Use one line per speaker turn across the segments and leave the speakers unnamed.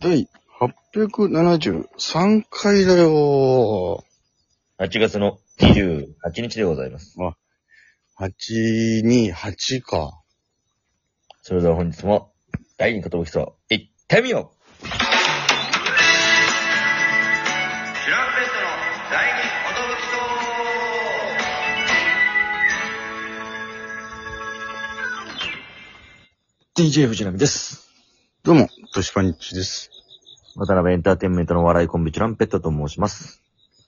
第873回だよ
8月の28日でございます。
828か。
それでは本日も、第2言武器と、行ってみようシュランペットの第2言武器と DJ 藤波です。
どうも、トシパニッチです。
渡辺エンターテインメントの笑いコンビ、チュランペットと申します。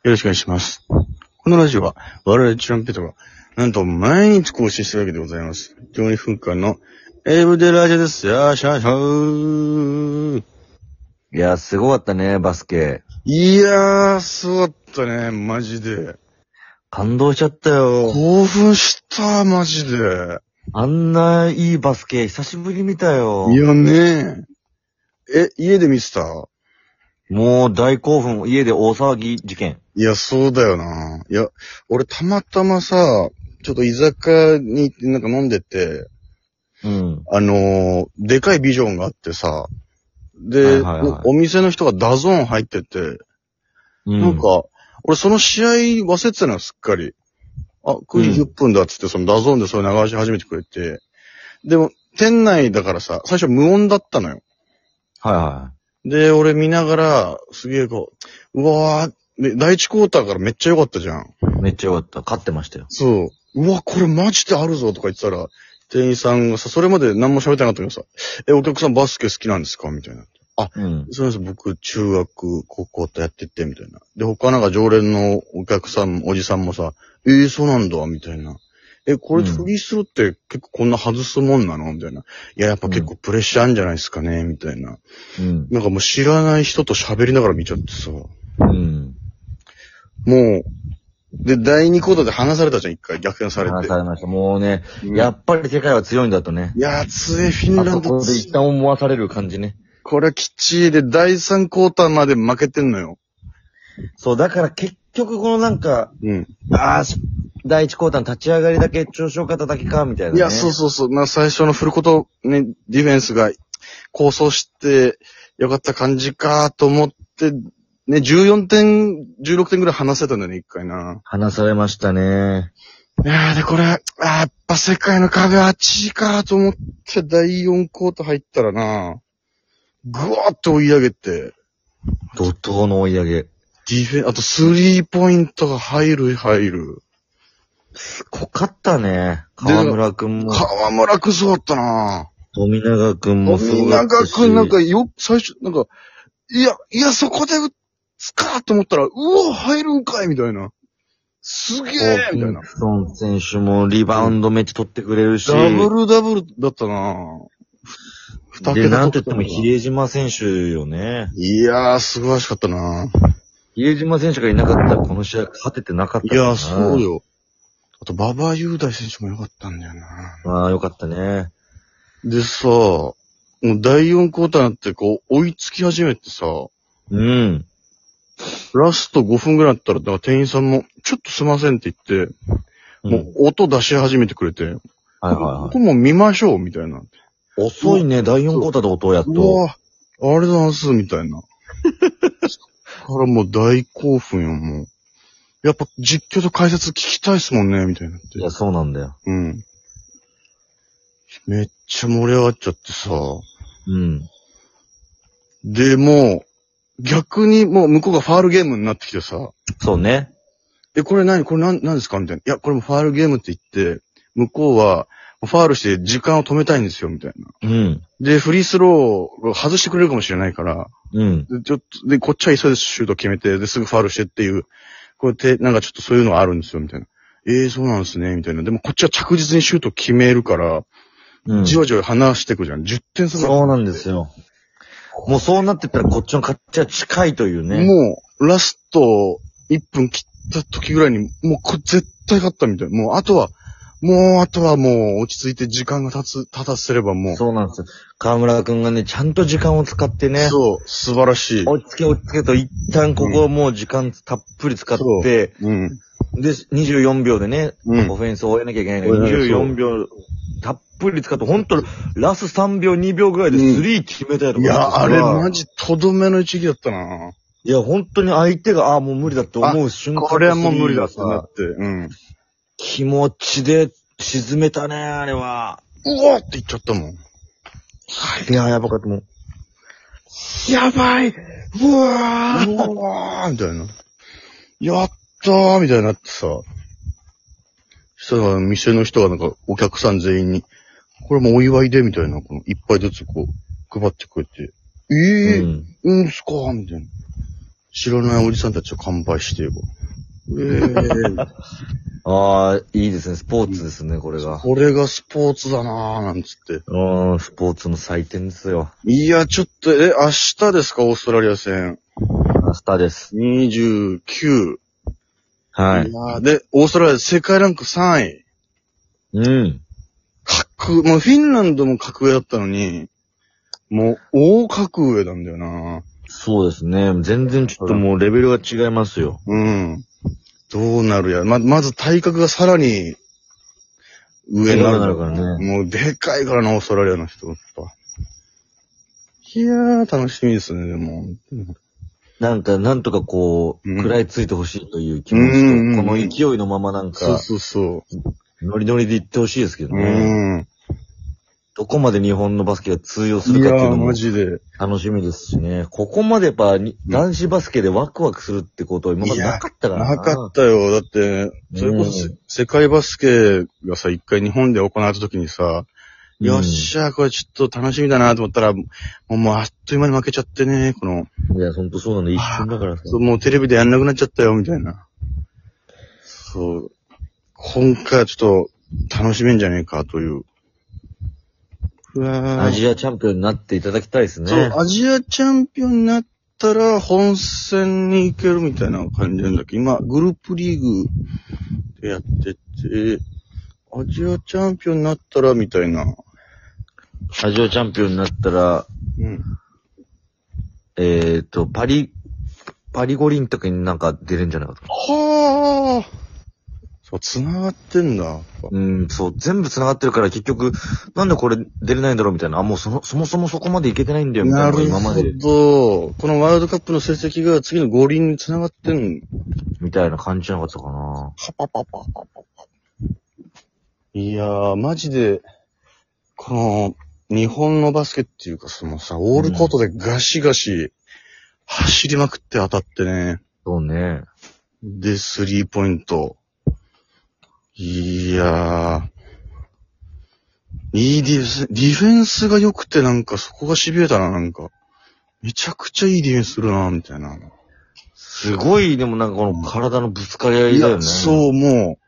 よろしくお願いします。このラジオは、我々チュランペットが、なんと毎日更新してるわけでございます。12分間の、エブデラジオです。よーしゃーしゃー。
いやー、すごかったね、バスケ。
いやー、すごかったね、マジで。
感動しちゃったよ。
興奮した、マジで。
あんないいバスケ、久しぶり見たよ。
いやねえ、家で見てた
もう大興奮、家で大騒ぎ事件。
いや、そうだよな。いや、俺たまたまさ、ちょっと居酒屋に行ってなんか飲んでて、
うん。
あのーでかいビジョンがあってさ、
は
で、
いはいはい
おお店の人がダゾーン入ってて、
うん
なんか、俺その試合忘れてたのよ、すっかり。あ、9時10分だっつって、そのダゾーンでそれ流し始めてくれて、でも、店内だからさ、最初無音だったのよ。
はいは
で、俺見ながら、すげえこう、うわー、で第一クォーターからめっちゃ良かったじゃん。
い。めっちゃよかった。勝ってましたよ。
そう。うわ、これマジであるぞとか言ってたら、店員さんがさ、それまで何も喋ってなかったけどさ、え、お客さんバスケ好きなんですかみたいな。
うん。
そうです、僕、中学、高校とやってて、みたいな。で、他なんか常連のお客さん、おじさんもさ、えー、そうなんだ、みたいな。え、これ
うん
フリースローって結構こんな外すもんなのみたいな。いや、やっぱ結構プレッシャーあるんじゃないですかね、みたいな。
うん。
なんかもう知らない人と喋りながら見ちゃってさ。
うん。
もう、で、第二コードで離されたじゃん、一回逆転されて。
話されました。もうね、
うん
やっぱり世界は強いんだとね。
いやー、強いフィン
あ
ラ
そ
ンド
こ。で一旦思わされる感じね。
これきっちいで、第3クォーターまで負けてんのよ。
そう、だから結局このなんか、
うん。
ああ、し第一クォーターの立ち上がりだけ、調子良かっただけか、みたいな、ね。
いや、そうそうそう。まあ、最初のフルコート、ね、ディフェンスが、構想して、よかった感じかと思って、ね、14点、16点ぐらい離せたんだよね、一回な。
話されましたね。
いやー、で、これ、あーやっぱ世界の壁あっちいかと思って、第4クォーター入ったらな、ぐわーっと追い上げて、
怒涛の追い上げ。
ディフェン、あとスリーポイントが入る、入る。
濃かったね。河村くんも、
河村くんすごかったな
富永くんもす
ぁ。
ごかっ
長
たし。
くんなんかよ、最初、なんか、いや、いや、そこで打つかと思ったら、うお、入るんかいみたいな。すげえみたいな
ホーキ。ンソン選手もリバウンドめっちゃ取ってくれるし。
ダブルダブルだったなぁ。ふ二
で、
桁
なんと
得
言って
点
も比江島選手よね。
いやー、素晴らしかったなぁ。
比江島選手がいなかったらこの試合勝ててなかった
い
からな
やー、そう。よ。あと、馬場雄大選手も良かったんだよな
まあ、よかったね。
でさ、もう第4クォーターになって、こう、追いつき始めてさ、
うん。
ラスト5分ぐらいだったら、だから店員さんも、ちょっとすいませんって言って、
うん
もう音出し始めてくれて、
はいは
ここも見ましょう、みたいな。
いはい。遅いね、第4クォーターで音をやっ
う
と。
わぁ、あれだす、みたいな。そっからもう大興奮よ、もう。やっぱ実況と解説聞きたいっすもんね、みたいになって
い。や、そうなんだよ。
うん。めっちゃ盛り上がっちゃってさ。
うん。
で、もう、逆にもう向こうがファールゲームになってきてさ。
そうね。
え、これ何これ何、何ですかみたいな。いや、これもファールゲームって言って、向こうは、ファールして時間を止めたいんですよ、みたいな。
うん。
で、フリースローを外してくれるかもしれないから、
うん。
で、ちょっと、で、こっちは急いでシュート決めて、で、すぐファールしてっていう、こうやって、なんかちょっとそういうのがあるんですよ、みたいな。ええー、そうなんですね、みたいな。でもこっちは着実にシュート決めるから、
うん。
じわじわ離してくじゃん。10点差
そうなんですよ。もうそうなってったらこっちの勝ちは近いというね。
もう、ラスト1分切った時ぐらいに、もうこれ絶対勝ったみたいな。もう、あとは、もう、あとはもう、落ち着いて時間が経つ、経たせればもう、
そうなんですよ。河村くんがね、ちゃんと時間を使ってね。
そう、素晴らしい。
落ち着け落ち着けと、一旦ここはもう時間たっぷり使って、
うん。
で、24秒でね、
うん
オフェンスを終えなきゃいけないのに、
終えなきゃそう
24秒たっぷり使って、ほんと、ラス3秒、2秒ぐらいで
うん
スリー決めたりと
い
か。
や、あれマ
ジ。
ジとどめの一撃だったな。
いや、本当に相手が、ああ、もう無理だって思う瞬間。
これはもう無理だってな
さ
って。うん。
気持ちで沈めたね、あれは。
うわって言っちゃったもん。
いや、やばかった、もう。
やばいうわーうわーみたいな。やったーみたいになってさ。そしたら、店の人がなんか、お客さん全員に、これもお祝いで、みたいな、この、一杯ずつこう、配ってくれて、ええ
う
ー、
ん
うん、すかーみたいな。知らないおじさんたちを乾杯してよ。えー、
ああ、いいですね。スポーツですね、これが。
これがスポーツだなーなんつって。
うん、スポーツの祭典ですよ。
いや、ちょっと、え、明日ですか、オーストラリア戦。
明日です。
29。
はいい。
やーで、オーストラリア世界ランク3位。
うん。
格、もうフィンランドも格上だったのに、もう大格上なんだよな
そうですね。全然ちょっともうレベルが違いますよ。
うん。どうなるや。ま、まず体格がさらに上になる。
上になるからね
もうでかいからな、オーストラリアの人。やっぱいやー、楽しみですね、でも。
なんか、なんとかこう、
うん
食らいついてほしいという気
うん
持
うん
ち
う
と、
ん
この勢いのままなん
そう
か、
そうそ
ノリノリでいってほしいですけ
う。
ど
う
ね。
ん。
どこまで日本のバスケが通用す
い
るか
や
っていうの
ー、
も
マジで。
楽しみですしね。ここまでやっぱに、
うん
男子バスケでワクワクするってことは今までなかったから
なかったよ。だって、それこそせ、
うん
世界バスケがさ、一回日本で行われた時にさ、
うん
よっしゃ、これちょっと楽しみだなと思ったら、もうもうあっという間に負けちゃってね、この、
いや、ほんとそうなの。一瞬だからさ。
そうもうテレビでやんなくなっちゃったよ、みたいな。そう。今回はちょっと楽しめんじゃねえかという。うわ
ア
ぁ。
ジアチャンピオンになっていただきたいですね。
そう、アジアチャンピオンになったら本戦に行けるみたいな感じなんだけど、今、グループリーグでやってて、アジアチャンピオンになったらみたいな。
アジアチャンピオンになったら、
うん。
えっ、と、パリ、パリ五輪とかになんか出れんじゃないかと。
はぁそう、繋がってんだ。やっぱ
うん、そう、全部繋がってるから結局、なんでこれ出れないんだろうみたいな。あ、もうその、そもそもそこまでいけてないんだよみた
な
いなのが
る
今ま
ほ
で、
ど。このワールドカップの成績が次の五輪に繋がってん
みたいな感じじゃなかったかな。
パパパパパパパ。いやー、マジで、この、日本のバスケっていうか、そのさ、オールコートでガシガシ、走りまくって当たってね。
そうね。
で、スリーポイント。いやー。いいディフェンス、ディフェンスが良くてなんかそこが痺れたな、なんか。めちゃくちゃいいディフェンスするな、みたいな。
すごい、でもなんかこの体のぶつかり合
い
いだよ
や、
ね。
そう、も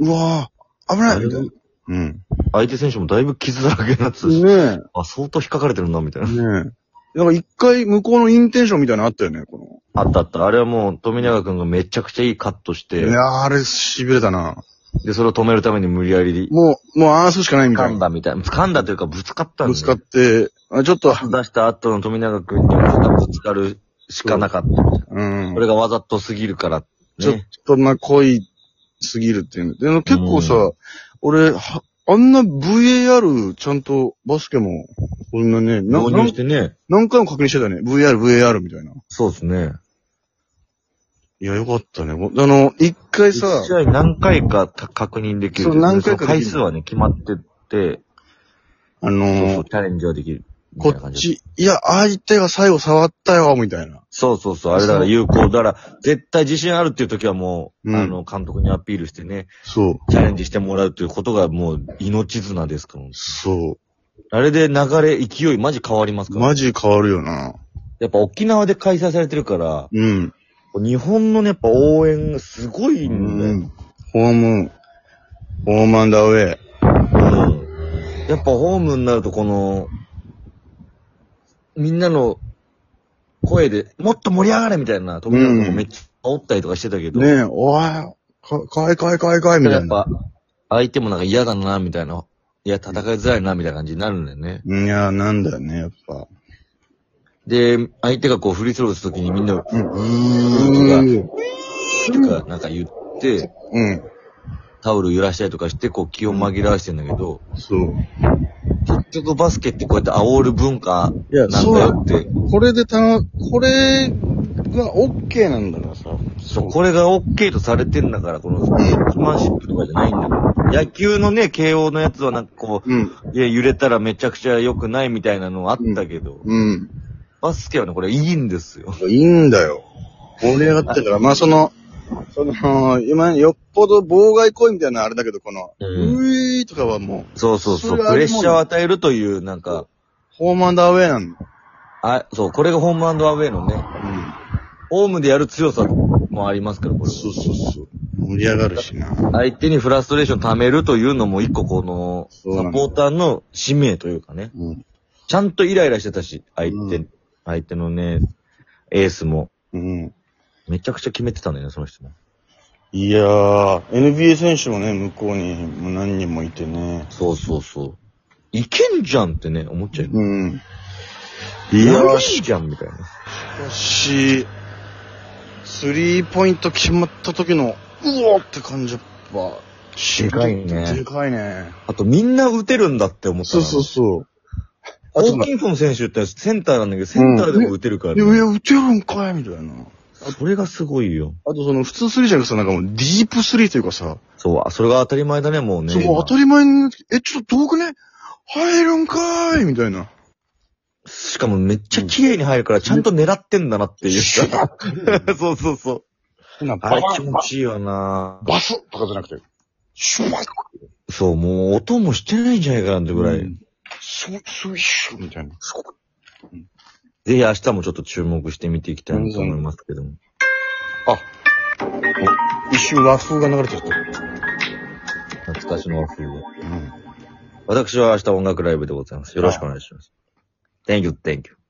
う、うわー、危ないみたい
だい
な。うん。
相手選手もだいぶ傷だらけになってたし、
ね
あ、相当引っかかれてるな、みたい
え。
な。
ねえ。なんか一回向こうのインテンションみたいなのあったよね、こ
あったあった。あれはもう、富永くんがめちゃくちゃいいカットし
の。い
て、
やあれ痺れたな。
で、それを止めるために無理やり、
もう、もうああするしかないみた
噛
い
ん
な。
だみたいな。噛んだというか、ぶつかったんだよ
ぶつかって、あちょっと、
出した後の富永くんにぶつかるしかなかった。
うん
そ。れがわざとすぎるから、ね。
ちょっと、まあ、濃いすぎるっていうの。でも結構さ、
う
俺、はあんな VAR ちゃんとバスケも、こんなね、な
導入
な
してね。
何回も確認してたね。VAR、VAR みたいな。
そうですね。
いや、よかったね。あの、一回
一
さ、
試合何回かた確認できる。
そう何回かできる
回数はね、決まってて、
あ
そうそ
の
う、チャレンジはできる。み
こ
たいな
っ
感じ
ち、いや、相手が最後触ったよ、みたいな。
そうそうそう、あれだから有効。だから、絶対自信あるっていう時はもう、
うん
あの、監督にアピールしてね、
そう。
チャレンジしてもらうということがもう、命綱ですから。
そ
あれで流れ、勢い、マジ変わります
う。
から。
マジ変わるよな。
やっぱ沖縄で開催されてるから、
うん。
日本のね、やっぱ応援がすごいんだよ。うん。
ホーム、ホームアンダーウェイ。
やっぱホームになるとこの、みんなの声で、もっと盛り上がれみたいな、友達とかめっちゃ煽ったりとかしてたけど、
ねえ、おい、か、かわいいかわいいかわいいかわいいみた
や
い
っ
な。
ぱ、相手もなんか嫌だな、みたいな。いや、戦いづらいな、みたいな感じになるんだよね。
いや、なんだよね、やっぱ。
で、相手がこうフリースローするときにみんな、
うん。
うーんとか、なんか言って、
うん。
タオル揺らしたりとかして、こう気を紛らわしてんだけど、
そう。
結局バスケってこうやって煽る文化
いや、
な
そ
ん
うだ
だよって。
これでたの、これが OK なんだからさ。
そう、これが OK とされてんだから、この、スマンシップとかじゃないんだから。野球のね、慶応のやつはなんかこう、
うん。
いや、揺れたらめちゃくちゃ良くないみたいなのあったけど、
うん。
バスケはね、これいいんですよ。
いいんだよ。盛り上がってるから、まあその、その、今、よっぽど妨害行為みたいなのあれだけど、この、
う
うんいーとかはもう、
そうそうそ、
そうれは
プレッシャーを与えるという、なんか、
ホームアンドアウェイなんだ。
あ、そう、これがホームアンドアウェイのね、
うん。
ホームでやる強さもありますから、これは。
そうそうそう。盛り上がるしな。
相手にフラストレーション貯めるというのも一個この、
そうなん
サ
だ
ポーターの使命というかね。
うん。
ちゃんとイライラしてたし、相手、
うん
相手のね、エースも。
うん。
めちゃくちゃ決めてたんだよね、その人も。
いやー、NBA 選手もね、向こうにも何人もいてね。
そうそうそう。いけんじゃんってね、思っちゃうよね。
うん。
い
いや
や
ー、
い
し
いじゃん、みたいな。
かし、スリーポイント決まった時の、うおーって感じやっぱ、
でかいね
でかいね。
あと、みんな打てるんだって思った
そう
な。
そうそう。
ホーキンソン選手ってセンターなんだけど、センターでも打てるから、
い
ね
や、いや、打てるんかいみたいな。
それがすごいよ。
あとその、普通スリーじゃなくてさ、なんかもう、ディープスリーというかさ、
そう、あそれが当たり前だね、もうね。
その当たり前に、え、ちょっと遠くね入るんかいみたいな。
しかもめっちゃ綺麗に入るから、ちゃんと狙ってんだなっていう。 そうそうそう。
な
あれ気持ちいいよな
バスとかじゃなくて、シュワッ
そう、もう音もしてないんじゃないかなってぐらい。
うんスイスイッシュみたいな。
すごくぜひ明日もちょっと注目して見ていきたいなと思いますけども。
一瞬和風が流れちゃった。
懐かしの和風を。
うん
私は明日音楽ライブでございます。よろしくお願いします。Thank you, thank you.